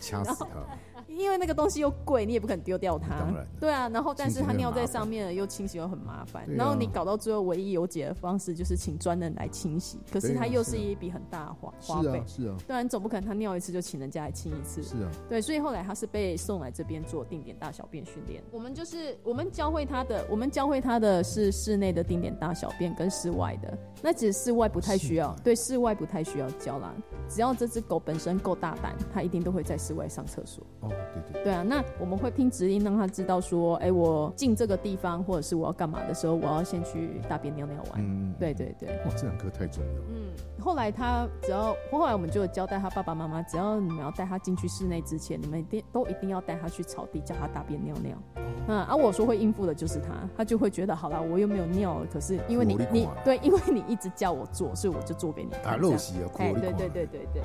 [SPEAKER 1] 掐死它，
[SPEAKER 3] 因为那个东西又贵，你也不肯丢掉它。
[SPEAKER 1] 当然
[SPEAKER 3] 对啊，然后但是它
[SPEAKER 1] 清洗
[SPEAKER 3] 尿
[SPEAKER 1] 很麻
[SPEAKER 3] 在
[SPEAKER 1] 烦
[SPEAKER 3] 上面了，又清洗又很麻烦。
[SPEAKER 1] 对啊
[SPEAKER 3] 然后你搞到最后，唯一有解的方式就是请专人来清洗，可是
[SPEAKER 1] 对啊
[SPEAKER 3] 它又
[SPEAKER 1] 是啊
[SPEAKER 3] 是一笔很大的花花
[SPEAKER 1] 是
[SPEAKER 3] 费
[SPEAKER 1] 啊。是啊
[SPEAKER 3] 对啊，你总不可能他尿一次就请人家来清一次。
[SPEAKER 1] 是啊，
[SPEAKER 3] 对，所以后来他是被送来这边做定点大小便训练。我们就是我们教会他的，我们教会他的是室内的定点大小便跟室外的。那其实室外不太需要
[SPEAKER 1] 室外，
[SPEAKER 3] 对，室外不太需要教啦。只要这只狗本身够大胆，它一定都会在室外上厕所。
[SPEAKER 1] 哦对对，
[SPEAKER 3] 对啊，那我们会拼指令让他知道说，哎，我进这个地方或者是我要干嘛的时候，我要先去大便尿尿完。
[SPEAKER 1] 嗯，
[SPEAKER 3] 哎对，对对。
[SPEAKER 1] 哇，这两颗太重要了，
[SPEAKER 3] 嗯，后来他只要后来我们就有交代他爸爸妈妈，只要你们要带他进去室内之前，你们一定都一定要带他去草地，叫他大便尿尿。
[SPEAKER 1] 哦
[SPEAKER 3] 嗯，啊，我说会应付的就是他，他就会觉得好啦，我又没有尿了，可是因为你
[SPEAKER 1] 我力垮
[SPEAKER 3] 你
[SPEAKER 1] 了
[SPEAKER 3] 对， 因为你一直叫我做，所以我就做给你看。
[SPEAKER 1] 啊打
[SPEAKER 3] 这
[SPEAKER 1] 肉
[SPEAKER 3] 样
[SPEAKER 1] 席啊，苦
[SPEAKER 3] 哎，
[SPEAKER 1] 力
[SPEAKER 3] 对
[SPEAKER 1] 狂
[SPEAKER 3] 对对，对对，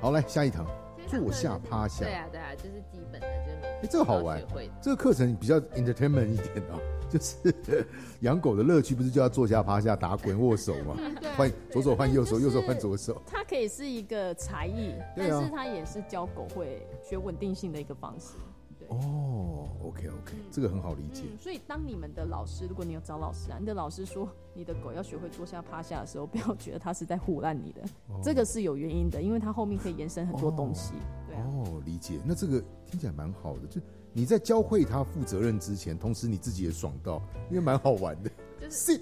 [SPEAKER 1] 好来下一堂，坐下
[SPEAKER 2] 趴。
[SPEAKER 1] 趴下
[SPEAKER 2] 对，啊，对啊，就是基本的，就是每
[SPEAKER 1] 哎这个好玩
[SPEAKER 2] 都要学会的。
[SPEAKER 1] 这个课程比较 entertainment 一点啊， 就是养狗的乐趣不是就要坐下趴下打滚握手吗？
[SPEAKER 2] 嗯
[SPEAKER 1] 换左手换右手，右手换左手，
[SPEAKER 3] 它可以是一个才艺，但
[SPEAKER 1] 对啊
[SPEAKER 3] 是它也是教狗会学稳定性的一个方式。
[SPEAKER 2] 嗯
[SPEAKER 1] 哦，OK OK，这个很好理解，
[SPEAKER 3] 嗯，所以当你们的老师，如果你有找老师啊，你的老师说你的狗要学会坐下趴下的时候，不要觉得它是在胡乱你的，
[SPEAKER 1] 哦
[SPEAKER 3] 这个是有原因的，因为它后面可以延伸很多东西。对啊，
[SPEAKER 1] 哦，理解。那这个听起来蛮好的，就你在教会他负责任之前，同时你自己也爽到，因为蛮好玩 的。
[SPEAKER 2] 就是
[SPEAKER 1] Sit，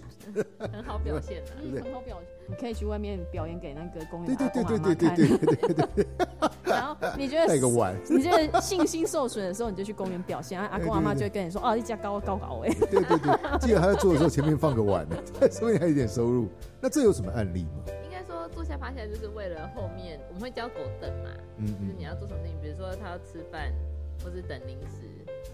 [SPEAKER 2] 很好表现啊 的、
[SPEAKER 1] 对
[SPEAKER 3] 嗯，很好表现，你可以去外面表演给那个公
[SPEAKER 1] 对
[SPEAKER 2] 嗯
[SPEAKER 3] 园的
[SPEAKER 1] 对
[SPEAKER 3] 阿
[SPEAKER 1] 对
[SPEAKER 3] 公
[SPEAKER 1] 对对
[SPEAKER 3] 阿妈
[SPEAKER 1] 对
[SPEAKER 3] 看。
[SPEAKER 1] 对对，
[SPEAKER 3] 然后你觉
[SPEAKER 1] 带个
[SPEAKER 3] 得。
[SPEAKER 1] 碗，
[SPEAKER 3] 你觉得信心受损的时候，你就去公园表现，啊 阿公阿妈就会跟你说：“哦，一家高高高哎。
[SPEAKER 1] 对对对，记得他在做的时候前面放个碗 呢，说明还有点收入。那这有什么案例吗？
[SPEAKER 2] 应该说坐下趴下就是为了后面我们会教狗等嘛，
[SPEAKER 1] 嗯
[SPEAKER 2] 就是
[SPEAKER 1] 嗯
[SPEAKER 2] 你要做什么事情，比如说它要吃饭，或是等零食，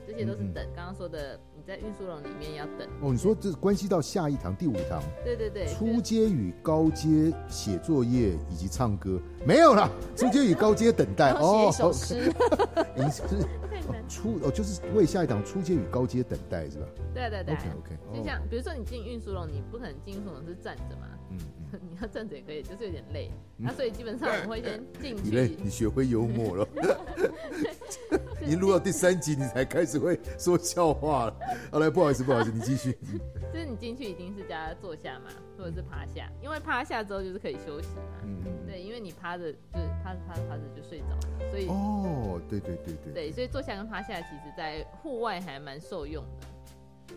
[SPEAKER 2] 这些都是
[SPEAKER 1] 嗯嗯
[SPEAKER 2] 等。刚刚说的你在运输笼里面要等，
[SPEAKER 1] 哦，你说这关系到下一堂第五堂
[SPEAKER 2] 对对对，
[SPEAKER 1] 初阶与高阶写作业以及唱歌没有 啦，初阶与高阶等”待
[SPEAKER 3] 然后写
[SPEAKER 1] 哦
[SPEAKER 3] 一，首诗，
[SPEAKER 1] 你是不是
[SPEAKER 2] 太难。
[SPEAKER 1] 初哦就是为下一堂初阶与高阶等待是吧哦
[SPEAKER 2] 对对对
[SPEAKER 1] ？OK，OK，
[SPEAKER 2] 就像比如说你进运输笼，你不可能进运输笼是站着嘛，
[SPEAKER 1] 嗯嗯。
[SPEAKER 2] 你要站着也可以，就是有点累。那所以基本上我们会先进
[SPEAKER 1] 你
[SPEAKER 2] 去，
[SPEAKER 1] 嘞，你学会幽默 了。你录到第三集，你才开始会说笑话了。好来，不好意思，不好意思，你继续。
[SPEAKER 2] 就是你进去一定是叫它坐下嘛，或者是趴下，因为趴下之后就是可以休息嘛。
[SPEAKER 1] 嗯嗯嗯。
[SPEAKER 2] 对，因为你趴着就是趴着趴着趴着就睡着了，所以、
[SPEAKER 1] 哦，对对对对，
[SPEAKER 2] 对，所以坐下跟趴下其实在户外还蛮受用的，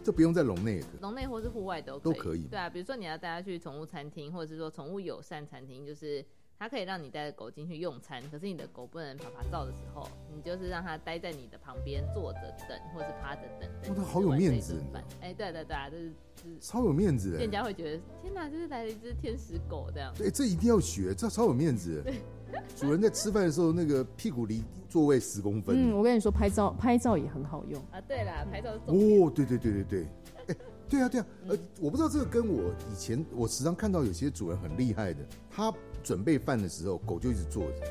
[SPEAKER 1] 这不用在笼内的。
[SPEAKER 2] 笼内或是户外都
[SPEAKER 1] 哦都
[SPEAKER 2] 以
[SPEAKER 1] 可以
[SPEAKER 2] 对啊，比如说你要带它去宠物餐厅，或者是说宠物友善餐厅，就是它可以让你带着狗进去用餐，可是你的狗不能爬爬照的时候，你就是让它待在你的旁边坐着等，或是趴着等。
[SPEAKER 1] 哇它
[SPEAKER 2] 等你
[SPEAKER 1] 好
[SPEAKER 2] 吃
[SPEAKER 1] 有
[SPEAKER 2] 完
[SPEAKER 1] 面
[SPEAKER 2] 这一
[SPEAKER 1] 子哦
[SPEAKER 2] 顿
[SPEAKER 1] 呢
[SPEAKER 2] 饭哎、对对对啊，就是就是
[SPEAKER 1] 超有面子
[SPEAKER 2] 店
[SPEAKER 1] 的。
[SPEAKER 2] 家会觉得天哪，这是来了一只天使狗这样。
[SPEAKER 1] 对，哎这一定要学，这超有面子的。 主人在吃饭的时候，那个屁股离座位十公分。
[SPEAKER 3] 嗯，我跟你说，拍照拍照也很好用。
[SPEAKER 2] 啊，对啦，拍照是重点。
[SPEAKER 1] 哦，对对对对对，哎，对啊对啊，呃，我不知道这个跟我以前我时常看到有些主人很厉害的，他准备饭的时候，狗就一直坐着，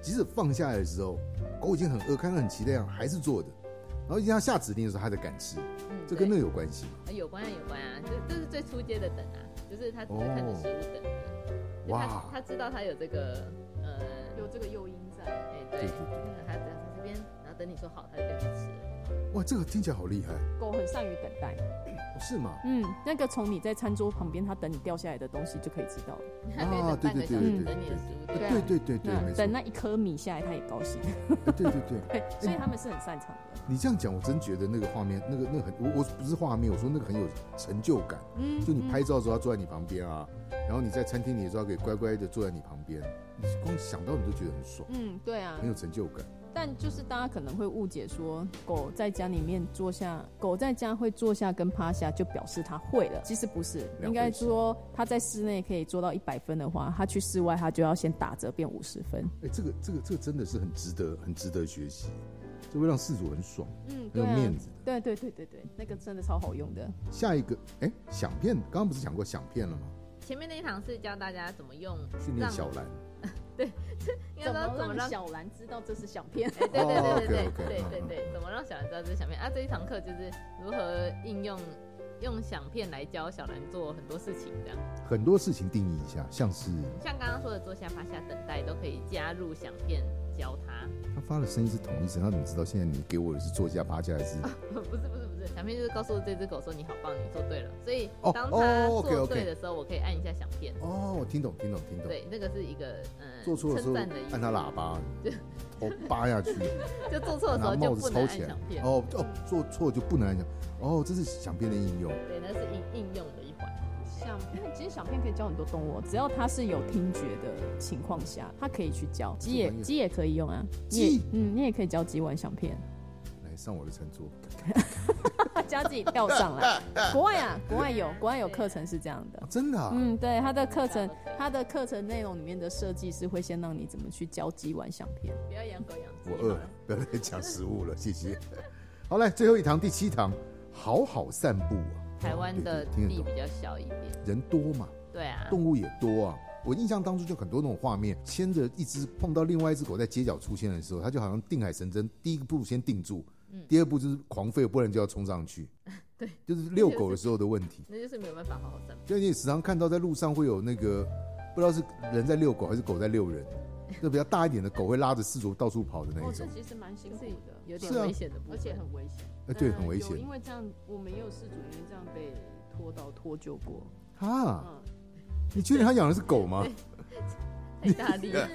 [SPEAKER 1] 即使放下来的时候，狗已经很饿，看到很期待样，还是坐着，然后一定要下指令的时候，它才敢吃，
[SPEAKER 2] 嗯，
[SPEAKER 1] 这跟
[SPEAKER 2] 对
[SPEAKER 1] 那个有关系吗？
[SPEAKER 2] 啊有关啊，有关啊，这这是最初阶的等啊，就是他只是看着食物等的，就
[SPEAKER 1] 哇
[SPEAKER 2] 他他知道他有这个呃，
[SPEAKER 3] 有这个诱因在，
[SPEAKER 2] 哎
[SPEAKER 1] 对对，
[SPEAKER 2] 对
[SPEAKER 1] 对，
[SPEAKER 2] 那他等在这边，然后等你说好，他就可以吃了。
[SPEAKER 1] 哇，这个听起来好厉害，
[SPEAKER 3] 狗很善于等待。
[SPEAKER 1] 哦是吗？
[SPEAKER 3] 嗯，那个从你在餐桌旁边，它等你掉下来的东西就可以知道了。
[SPEAKER 2] 他可以等半个小
[SPEAKER 3] 对对
[SPEAKER 2] 时
[SPEAKER 3] 对
[SPEAKER 2] 等你的食物，
[SPEAKER 3] 对
[SPEAKER 2] 对
[SPEAKER 3] 啊
[SPEAKER 1] 对对对对，没
[SPEAKER 3] 那
[SPEAKER 1] 错
[SPEAKER 3] 等，那一颗米下来，它也高兴。
[SPEAKER 1] 哎对对对，
[SPEAKER 3] 对，所以他们是很擅长的。
[SPEAKER 1] 你这样讲，我真觉得那个画面，那个那个很，我我不是画面，我说那个很有成就感。
[SPEAKER 3] 嗯
[SPEAKER 1] 就你拍照的时候，他坐在你旁边啊，然后你在餐厅里的时候，他可以乖乖的坐在你旁边，你光想到你就觉得很爽，
[SPEAKER 3] 嗯，对啊
[SPEAKER 1] 很。有成就感。
[SPEAKER 3] 但就是大家可能会误解说，狗在家里面坐下，狗在家会坐下跟趴下，就表示它会了。其实不是，
[SPEAKER 1] 事
[SPEAKER 3] 应该说它在室内可以做到一百分的话，它去室外它就要先打折变五十分。
[SPEAKER 1] 哎，这个这个这个真的是很值得，很值得学习，这会让事主很爽，
[SPEAKER 3] 嗯，
[SPEAKER 1] 很有面子的。
[SPEAKER 3] 对对对对对，那个真的超好用的。
[SPEAKER 1] 下一个，哎，响片，刚刚不是讲过响片了吗？
[SPEAKER 2] 前面那一堂是教大家怎么用，
[SPEAKER 1] 训练小兰，
[SPEAKER 2] 应该说怎么让。
[SPEAKER 3] 小兰知道这是响片？
[SPEAKER 2] 哎对对对对对
[SPEAKER 1] 哦，OK，OK，
[SPEAKER 2] 对对
[SPEAKER 1] 嗯
[SPEAKER 2] 对，怎么让小孩知道这是小面啊？这一堂课就是如何应用用响片来教小兰做很多事情，这样
[SPEAKER 1] 很多事情定义一下，像是
[SPEAKER 2] 像刚刚说的坐下、趴下、等待，都可以加入响片教他。
[SPEAKER 1] 他发的声音是同一声，他怎么知道现在你给我的是坐下、趴下还是？
[SPEAKER 2] 不是不是不是，响片就是告诉这只狗说你好棒，你做对了。所以
[SPEAKER 1] 哦
[SPEAKER 2] 当它
[SPEAKER 1] 哦，OK，
[SPEAKER 2] 做
[SPEAKER 1] OK
[SPEAKER 2] 对的时候，我可以按一下响片。
[SPEAKER 1] 哦，我听懂，听懂，听懂。
[SPEAKER 2] 对，那个是一个嗯，
[SPEAKER 1] 做错的时
[SPEAKER 2] 称
[SPEAKER 1] 候
[SPEAKER 2] 赞的意思
[SPEAKER 1] 按他喇 叭，我扒下去，
[SPEAKER 2] 就做错的时
[SPEAKER 1] 拿
[SPEAKER 2] 候就
[SPEAKER 1] 帽
[SPEAKER 2] 不
[SPEAKER 1] 子
[SPEAKER 2] 能
[SPEAKER 1] 抽
[SPEAKER 2] 按
[SPEAKER 1] 起来
[SPEAKER 2] 响。片。
[SPEAKER 1] 哦哦，做错就不能按响。哦，这是响片的应用。
[SPEAKER 2] 对，那是应应用的一环。
[SPEAKER 3] 响片其实响片可以教很多动物哦，只要它是有听觉的情况下，它可以去教。鸡也
[SPEAKER 1] 玩意儿
[SPEAKER 3] 鸡也可以用啊，你
[SPEAKER 1] 鸡
[SPEAKER 3] 也嗯，你也可以教鸡玩响片，
[SPEAKER 1] 来上我的餐桌，
[SPEAKER 3] 教自己吊上 来。国外啊，国外有国外有课程是这样的
[SPEAKER 1] 啊，真的啊，
[SPEAKER 3] 嗯，对，它的课程
[SPEAKER 2] 大家都可以
[SPEAKER 3] 它的课程内容里面的设计是会先让你怎么去教鸡玩响片。
[SPEAKER 2] 不要养狗养鸡。
[SPEAKER 1] 我饿了， 不要再讲食物了，谢 谢。好来，最后一堂，第七堂，好好散步啊。
[SPEAKER 2] 台湾的
[SPEAKER 1] 对对听
[SPEAKER 2] 地
[SPEAKER 1] 得
[SPEAKER 2] 比
[SPEAKER 1] 懂，
[SPEAKER 2] 较小一点，
[SPEAKER 1] 人多嘛，
[SPEAKER 2] 对啊，
[SPEAKER 1] 动物也多啊。我印象当中就很多那种画面，牵着一只碰到另外一只狗在街角出现的时候，它就好像定海神针，第一步先定住，第二步就是狂吠，不然就要冲上去。
[SPEAKER 2] 对，
[SPEAKER 1] 就是遛狗的时候的问题。
[SPEAKER 2] 那就是没有办法好好散步。
[SPEAKER 1] 就你时常看到在路上会有那个，不知道是人在遛狗还是狗在遛人，就比较大一点的狗会拉着四足到处跑的那
[SPEAKER 4] 哦，
[SPEAKER 1] 一
[SPEAKER 4] 这
[SPEAKER 1] 种。
[SPEAKER 4] 其实蛮辛苦
[SPEAKER 2] 是
[SPEAKER 4] 的，
[SPEAKER 2] 有点
[SPEAKER 1] 是啊
[SPEAKER 2] 危险的部
[SPEAKER 4] 而
[SPEAKER 2] 分，
[SPEAKER 4] 且很危险。
[SPEAKER 1] 哎，对，
[SPEAKER 3] 啊
[SPEAKER 4] 那
[SPEAKER 1] 很危
[SPEAKER 4] 有
[SPEAKER 1] 险
[SPEAKER 4] 因为这样，我们也有事主因为这样被拖到脱臼过。
[SPEAKER 3] 哦
[SPEAKER 1] 啊！
[SPEAKER 4] 嗯，
[SPEAKER 1] 你确定他养的是狗吗？
[SPEAKER 2] 太大力 了。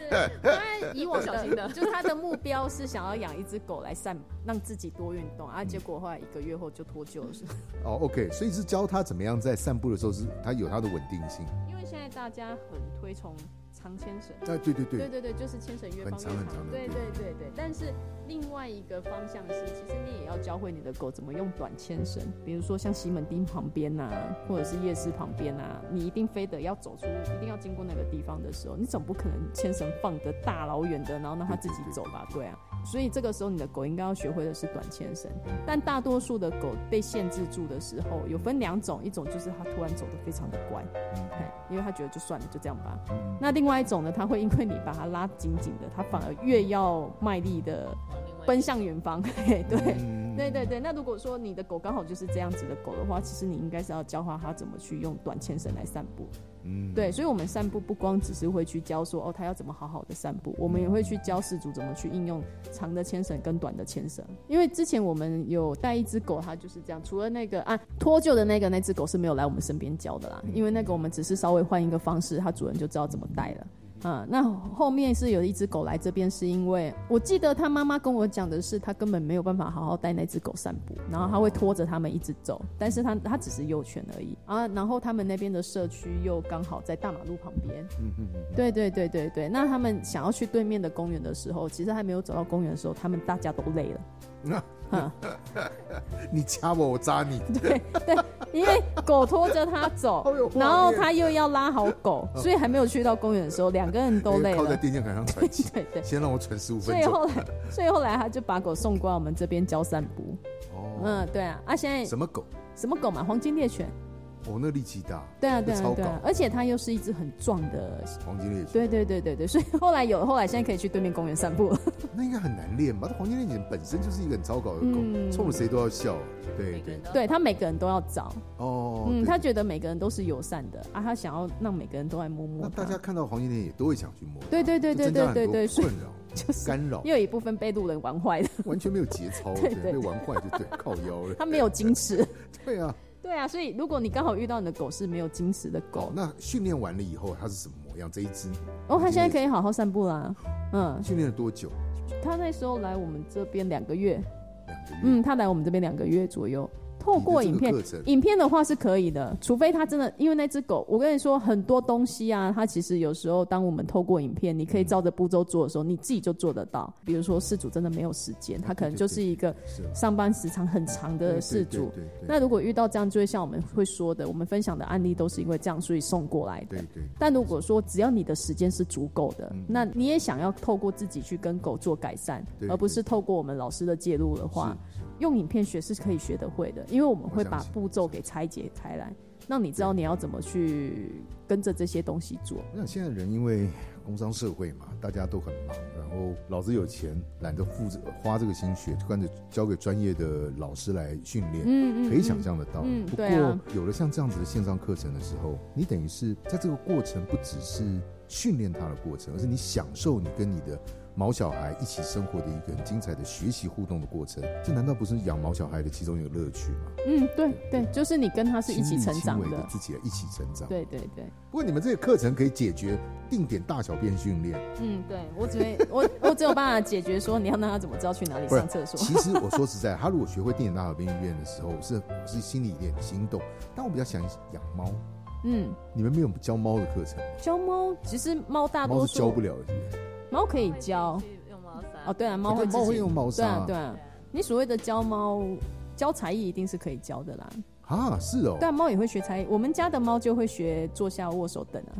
[SPEAKER 3] 他以往
[SPEAKER 2] 小心的
[SPEAKER 3] 的， 就是他的目标是想要养一只狗来散，让自己多运动
[SPEAKER 1] 嗯
[SPEAKER 3] 啊。结果后来一个月后就脱臼了，是吧
[SPEAKER 1] 哦，OK，所以是教他怎么样在散步的时候是他有他的稳定性。
[SPEAKER 4] 因为现在大家很推崇长牵绳。
[SPEAKER 1] 哎，对对
[SPEAKER 4] 对
[SPEAKER 1] 对，
[SPEAKER 4] 对对，就是牵绳越
[SPEAKER 1] 很
[SPEAKER 4] 放越
[SPEAKER 1] 长很长的
[SPEAKER 4] 对
[SPEAKER 1] 对
[SPEAKER 4] 对对对，但是另外一个方向是，其实你也
[SPEAKER 3] 也
[SPEAKER 4] 要
[SPEAKER 3] 要教会你的狗怎么用短牵绳，比如说像西门町旁边呐、或者是夜市旁边呐、你一定非得要走出，一定要经过那个地方的时候，你总不可能牵绳放得大老远的，然后让它自己走吧？对啊，所以这个时候你的狗应该要学会的是短牵绳。但大多数的狗被限制住的时候，有分两种，一种就是它突然走得非常的乖，
[SPEAKER 1] 嗯
[SPEAKER 3] 哎，因为它觉得就算了，就这样吧。
[SPEAKER 1] 嗯
[SPEAKER 3] 那另外一种呢，它会因为你把它拉紧紧的，它反而越要卖力的
[SPEAKER 2] 往另外一
[SPEAKER 3] 奔向远方。嘿对。
[SPEAKER 1] 嗯
[SPEAKER 3] 对对对，那如果说你的狗刚好就是这样子的狗的话，其实你应该是要教化它怎么去用短牵绳来散步。
[SPEAKER 1] 嗯
[SPEAKER 3] 对，所以我们散步不光只是会去教说哦，它要怎么好好的散步，我们也会去教饲主怎么去应用长的牵绳跟短的牵绳。因为之前我们有带一只狗，它就是这样，除了那个啊脱臼的那个那只狗是没有来我们身边教的啦，因为那个我们只是稍微换一个方式，它主人就知道怎么带了。啊、那后面是有一只狗来这边，是因为我记得他妈妈跟我讲的是，他根本没有办法好好带那只狗散步，然后他会拖着他们一直走，但是他他只是幼犬而已啊。然后他们那边的社区又刚好在大马路旁边，
[SPEAKER 1] 嗯嗯嗯，
[SPEAKER 3] 对对对对对。那他们想要去对面的公园的时候，其实还没有走到公园的时候，他们大家都累了。
[SPEAKER 1] 嗯
[SPEAKER 3] 啊，
[SPEAKER 1] 你掐我，我扎你，
[SPEAKER 3] 因为狗拖着他 走
[SPEAKER 1] 好有画，面
[SPEAKER 3] 然后他又要拉好狗，所以还没有去到公园的时候，两个人都累
[SPEAKER 1] 哎靠在
[SPEAKER 3] 了。
[SPEAKER 1] 电线杆上喘气，
[SPEAKER 3] 对对。
[SPEAKER 1] 先让我喘十五
[SPEAKER 3] 所
[SPEAKER 1] 分
[SPEAKER 3] 以
[SPEAKER 1] 钟。
[SPEAKER 3] 后来， 所以后来他就把狗送过来我们这边教散步。
[SPEAKER 1] 哦，
[SPEAKER 3] 嗯，对啊，啊，现在
[SPEAKER 1] 什么狗？
[SPEAKER 3] 什么狗嘛，黄金猎犬，
[SPEAKER 1] 哦，那力气大，
[SPEAKER 3] 对啊，对
[SPEAKER 1] 超
[SPEAKER 3] 啊，
[SPEAKER 1] 狗
[SPEAKER 3] 对啊，而且它又是一只很壮的，
[SPEAKER 1] 黄金猎犬，
[SPEAKER 3] 对对对对对，所以后来有，后来现在可以去对面公园散步了。
[SPEAKER 1] 那应该很难练吧？这黄金猎犬本身就是一个很糟糕的狗，
[SPEAKER 3] 嗯
[SPEAKER 1] 冲着谁都要笑。啊对
[SPEAKER 2] 每个
[SPEAKER 1] 对
[SPEAKER 2] 人，都要
[SPEAKER 3] 对他每个人都要找，
[SPEAKER 1] 哦，
[SPEAKER 3] 嗯，
[SPEAKER 1] 对
[SPEAKER 3] 他觉得每个人都是友善的啊，他想要让每个人都来摸摸
[SPEAKER 1] 那大
[SPEAKER 3] 它
[SPEAKER 1] 家看到黄金猎犬也都会想去摸它，
[SPEAKER 3] 对对对
[SPEAKER 1] 就
[SPEAKER 3] 对
[SPEAKER 1] 增加
[SPEAKER 3] 对
[SPEAKER 1] 很
[SPEAKER 3] 对
[SPEAKER 1] 多
[SPEAKER 3] 对，所以
[SPEAKER 1] 困扰、
[SPEAKER 3] 就是
[SPEAKER 1] 干扰，
[SPEAKER 3] 又有一部分被路人玩坏的，
[SPEAKER 1] 完全没有节操，啊
[SPEAKER 3] 对
[SPEAKER 1] 对，
[SPEAKER 3] 对
[SPEAKER 1] 被玩坏就对，靠腰了。
[SPEAKER 3] 他没有矜持。
[SPEAKER 1] 对啊，
[SPEAKER 3] 对啊，所以如果你刚好遇到你的狗是没有矜持的
[SPEAKER 1] 哦
[SPEAKER 3] 狗，，
[SPEAKER 1] 那训练完了以后它是什么模样？这一只
[SPEAKER 3] 哦，它现在可以好好散步啦。嗯，
[SPEAKER 1] 训练了多久？
[SPEAKER 3] 它那时候来我们这边两个月，
[SPEAKER 1] 两个月。
[SPEAKER 3] 嗯，他来我们这边两个月左右，透过影片
[SPEAKER 1] 你的，这个课程，
[SPEAKER 3] 影片的话是可以的，除非他真的，因为那只狗，我跟你说很多东西啊，它其实有时候当我们透过影片，你可
[SPEAKER 1] 嗯
[SPEAKER 3] 以照着步骤做的时候，你自己就做得到。比如说事主真的没有时间，他可能就是一个
[SPEAKER 1] 是
[SPEAKER 3] 上班时长很长的事主。
[SPEAKER 1] 对对对
[SPEAKER 3] 那如果遇到这样，就会像我们会说的，我们分享的案例都是因为这样，所以送过来的
[SPEAKER 1] 对。对，
[SPEAKER 3] 但如果说只要你的时间是足够的，
[SPEAKER 1] 嗯
[SPEAKER 3] 那你也想要透过自己去跟狗做改善
[SPEAKER 1] 对，
[SPEAKER 3] 而不是透过我们老师的介入的话，
[SPEAKER 1] 是是
[SPEAKER 3] 用影片学是可以学得会的，因为我们会
[SPEAKER 1] 我相
[SPEAKER 3] 把
[SPEAKER 1] 信
[SPEAKER 3] 步骤给拆解开来，让你知道
[SPEAKER 1] 对
[SPEAKER 3] 你要怎么去跟着这些东西做。
[SPEAKER 1] 我想现在人因为工商社会嘛，大家都很忙，然后老子有钱，懒得付这花这个心血，就干脆交给专业的老师来训练。
[SPEAKER 3] 嗯嗯，
[SPEAKER 1] 可以想
[SPEAKER 3] 嗯
[SPEAKER 1] 象得到。
[SPEAKER 3] 嗯
[SPEAKER 1] 不过、
[SPEAKER 3] 对啊
[SPEAKER 1] 有了像这样子的线上课程的时候，你等于是在这个过程不只是训练他的过程，而是你享受你跟你的毛小孩一起生活的一个很精彩的学习互动的过程。这难道不是养毛小孩的其中一个乐趣吗？
[SPEAKER 3] 嗯，对对，就是你跟他是一起成
[SPEAKER 1] 亲
[SPEAKER 3] 长
[SPEAKER 1] 力亲为
[SPEAKER 3] 的
[SPEAKER 1] 的，自己一起成长。
[SPEAKER 3] 对对对，
[SPEAKER 1] 不过你们这个课程可以解决定点大小便训练。
[SPEAKER 3] 嗯，对我只会我 我只有办法解决说你要让他怎么知道去哪里
[SPEAKER 1] 不是
[SPEAKER 3] 上厕所。
[SPEAKER 1] 其实我说实在， 他如果学会定点大小便训练的时候，我是我是心里有点心动。但我比较想养猫，
[SPEAKER 3] 嗯，
[SPEAKER 1] 你们没有教猫的课程吗，
[SPEAKER 3] 教猫其实猫大
[SPEAKER 1] 猫
[SPEAKER 3] 多
[SPEAKER 1] 是教
[SPEAKER 3] 数
[SPEAKER 1] 不了的。是不是
[SPEAKER 3] 猫可以教
[SPEAKER 2] 可以用猫砂
[SPEAKER 3] 哦，对啊，猫
[SPEAKER 1] 对
[SPEAKER 3] 会自
[SPEAKER 1] 哎猫会
[SPEAKER 3] 己
[SPEAKER 1] 用猫
[SPEAKER 3] 对
[SPEAKER 1] 砂、
[SPEAKER 3] 啊
[SPEAKER 2] 对
[SPEAKER 3] 对啊
[SPEAKER 2] 啊，
[SPEAKER 3] 你所谓的教猫教才艺一定是可以教的啦，
[SPEAKER 1] 啊是哦，
[SPEAKER 3] 对啊，猫也会学才艺，我们家的猫就会学坐下握手等啊，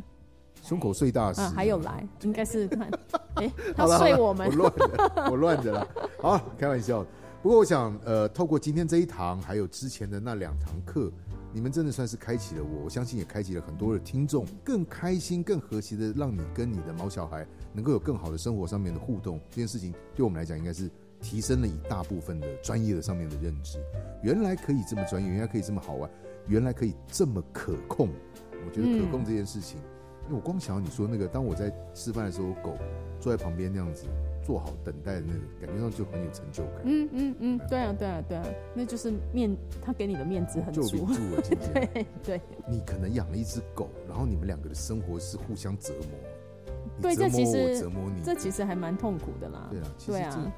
[SPEAKER 1] 胸口碎大石、
[SPEAKER 3] 啊还有来应该是 看， 哎，
[SPEAKER 1] 好了好
[SPEAKER 3] 它睡
[SPEAKER 1] 了
[SPEAKER 3] 我们
[SPEAKER 1] 我，乱的，我乱的啦。好，开玩笑的。不过我想，呃，透过今天这一堂，还有之前的那两堂课，你们真的算是开启了我，我相信也开启了很多的听众，更开心、更和谐的，让你跟你的毛小孩能够有更好的生活上面的互动。这件事情对我们来讲，应该是提升了一大部分的专业的上面的认知。原来可以这么专业，原来可以这么好玩，原来可以这么可控。我觉得可
[SPEAKER 3] 嗯
[SPEAKER 1] 控这件事情，因为我光想到你说那个，当我在吃饭的时候，狗坐在旁边那样子做好等待的那个，感觉上就很有成就感，
[SPEAKER 3] 嗯嗯嗯，对啊对啊对啊，那就是面他给你的面子很
[SPEAKER 1] 就顶
[SPEAKER 3] 足，
[SPEAKER 1] 住了。今天
[SPEAKER 3] 对。
[SPEAKER 1] 你可能养了一只狗，然后你们两个的生活是互相折磨，你
[SPEAKER 3] 对
[SPEAKER 1] 折
[SPEAKER 3] 这
[SPEAKER 1] 磨
[SPEAKER 3] 其
[SPEAKER 1] 我，
[SPEAKER 3] 实
[SPEAKER 1] 折磨你，
[SPEAKER 3] 这其实还蛮痛苦的啦。
[SPEAKER 1] 对啊，其实
[SPEAKER 3] 对
[SPEAKER 1] 这
[SPEAKER 3] 啊，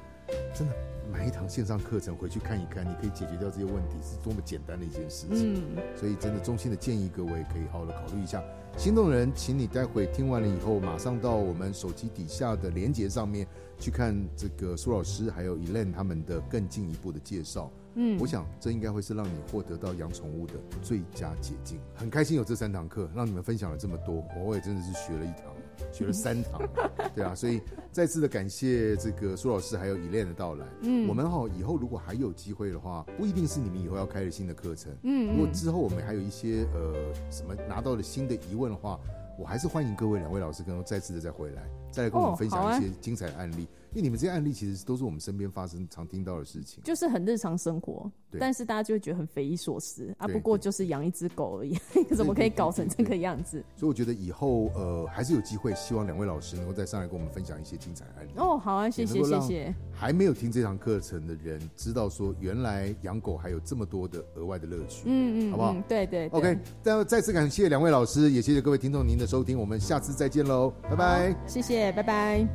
[SPEAKER 1] 真的买一堂线上课程回去看一看，你可以解决掉这些问题，是多么简单的一件事情。
[SPEAKER 3] 嗯，
[SPEAKER 1] 所以真的衷心的建议各位可以好好的考虑一下。心动的人，请你待会听完了以后，马上到我们手机底下的连接上面去看这个苏老师还有 Elaine 他们的更进一步的介绍。
[SPEAKER 3] 嗯，
[SPEAKER 1] 我想这应该会是让你获得到养宠物的最佳捷径。很开心有这三堂课，让你们分享了这么多，我也真的是学了一堂，学了三堂， 对啊，所以再次的感谢这个苏老师还有以恋的到来。
[SPEAKER 3] 嗯
[SPEAKER 1] 我们哈、以后如果还有机会的话，不一定是你们以后要开的新的课程，如
[SPEAKER 3] 嗯
[SPEAKER 1] 果
[SPEAKER 3] 嗯，
[SPEAKER 1] 之后我们还有一些呃什么拿到了新的疑问的话，我还是欢迎各位两位老师跟我再次的再回来，再来跟我们
[SPEAKER 3] 哦
[SPEAKER 1] 分
[SPEAKER 3] 好
[SPEAKER 1] 享
[SPEAKER 3] 啊
[SPEAKER 1] 一些精彩的案例，因为你们这些案例其实都是我们身边发生常听到的事情。
[SPEAKER 3] 就是很日常生活
[SPEAKER 1] 对，
[SPEAKER 3] 但是大家就会觉得很匪夷所思啊。
[SPEAKER 1] 对
[SPEAKER 3] 不过
[SPEAKER 1] 对
[SPEAKER 3] 就是养一只狗而已， 怎么可以搞成这个样子？
[SPEAKER 1] 所以我觉得以后呃还是有机会，希望两位老师能够再上来跟我们分享一些精彩的案例。
[SPEAKER 3] 哦，好啊，谢
[SPEAKER 1] 也
[SPEAKER 3] 谢
[SPEAKER 1] 能够
[SPEAKER 3] 谢
[SPEAKER 1] 让
[SPEAKER 3] 谢，
[SPEAKER 1] 还没有听这堂课程的人，知道说原来养狗还有这么多的额外的乐趣。
[SPEAKER 3] 嗯嗯，
[SPEAKER 1] 好不好
[SPEAKER 3] 嗯对对对
[SPEAKER 1] OK，再再次感谢两位老师，也谢谢各位听众您的收听，我们下次再见喽，拜拜。
[SPEAKER 3] 谢谢，拜拜。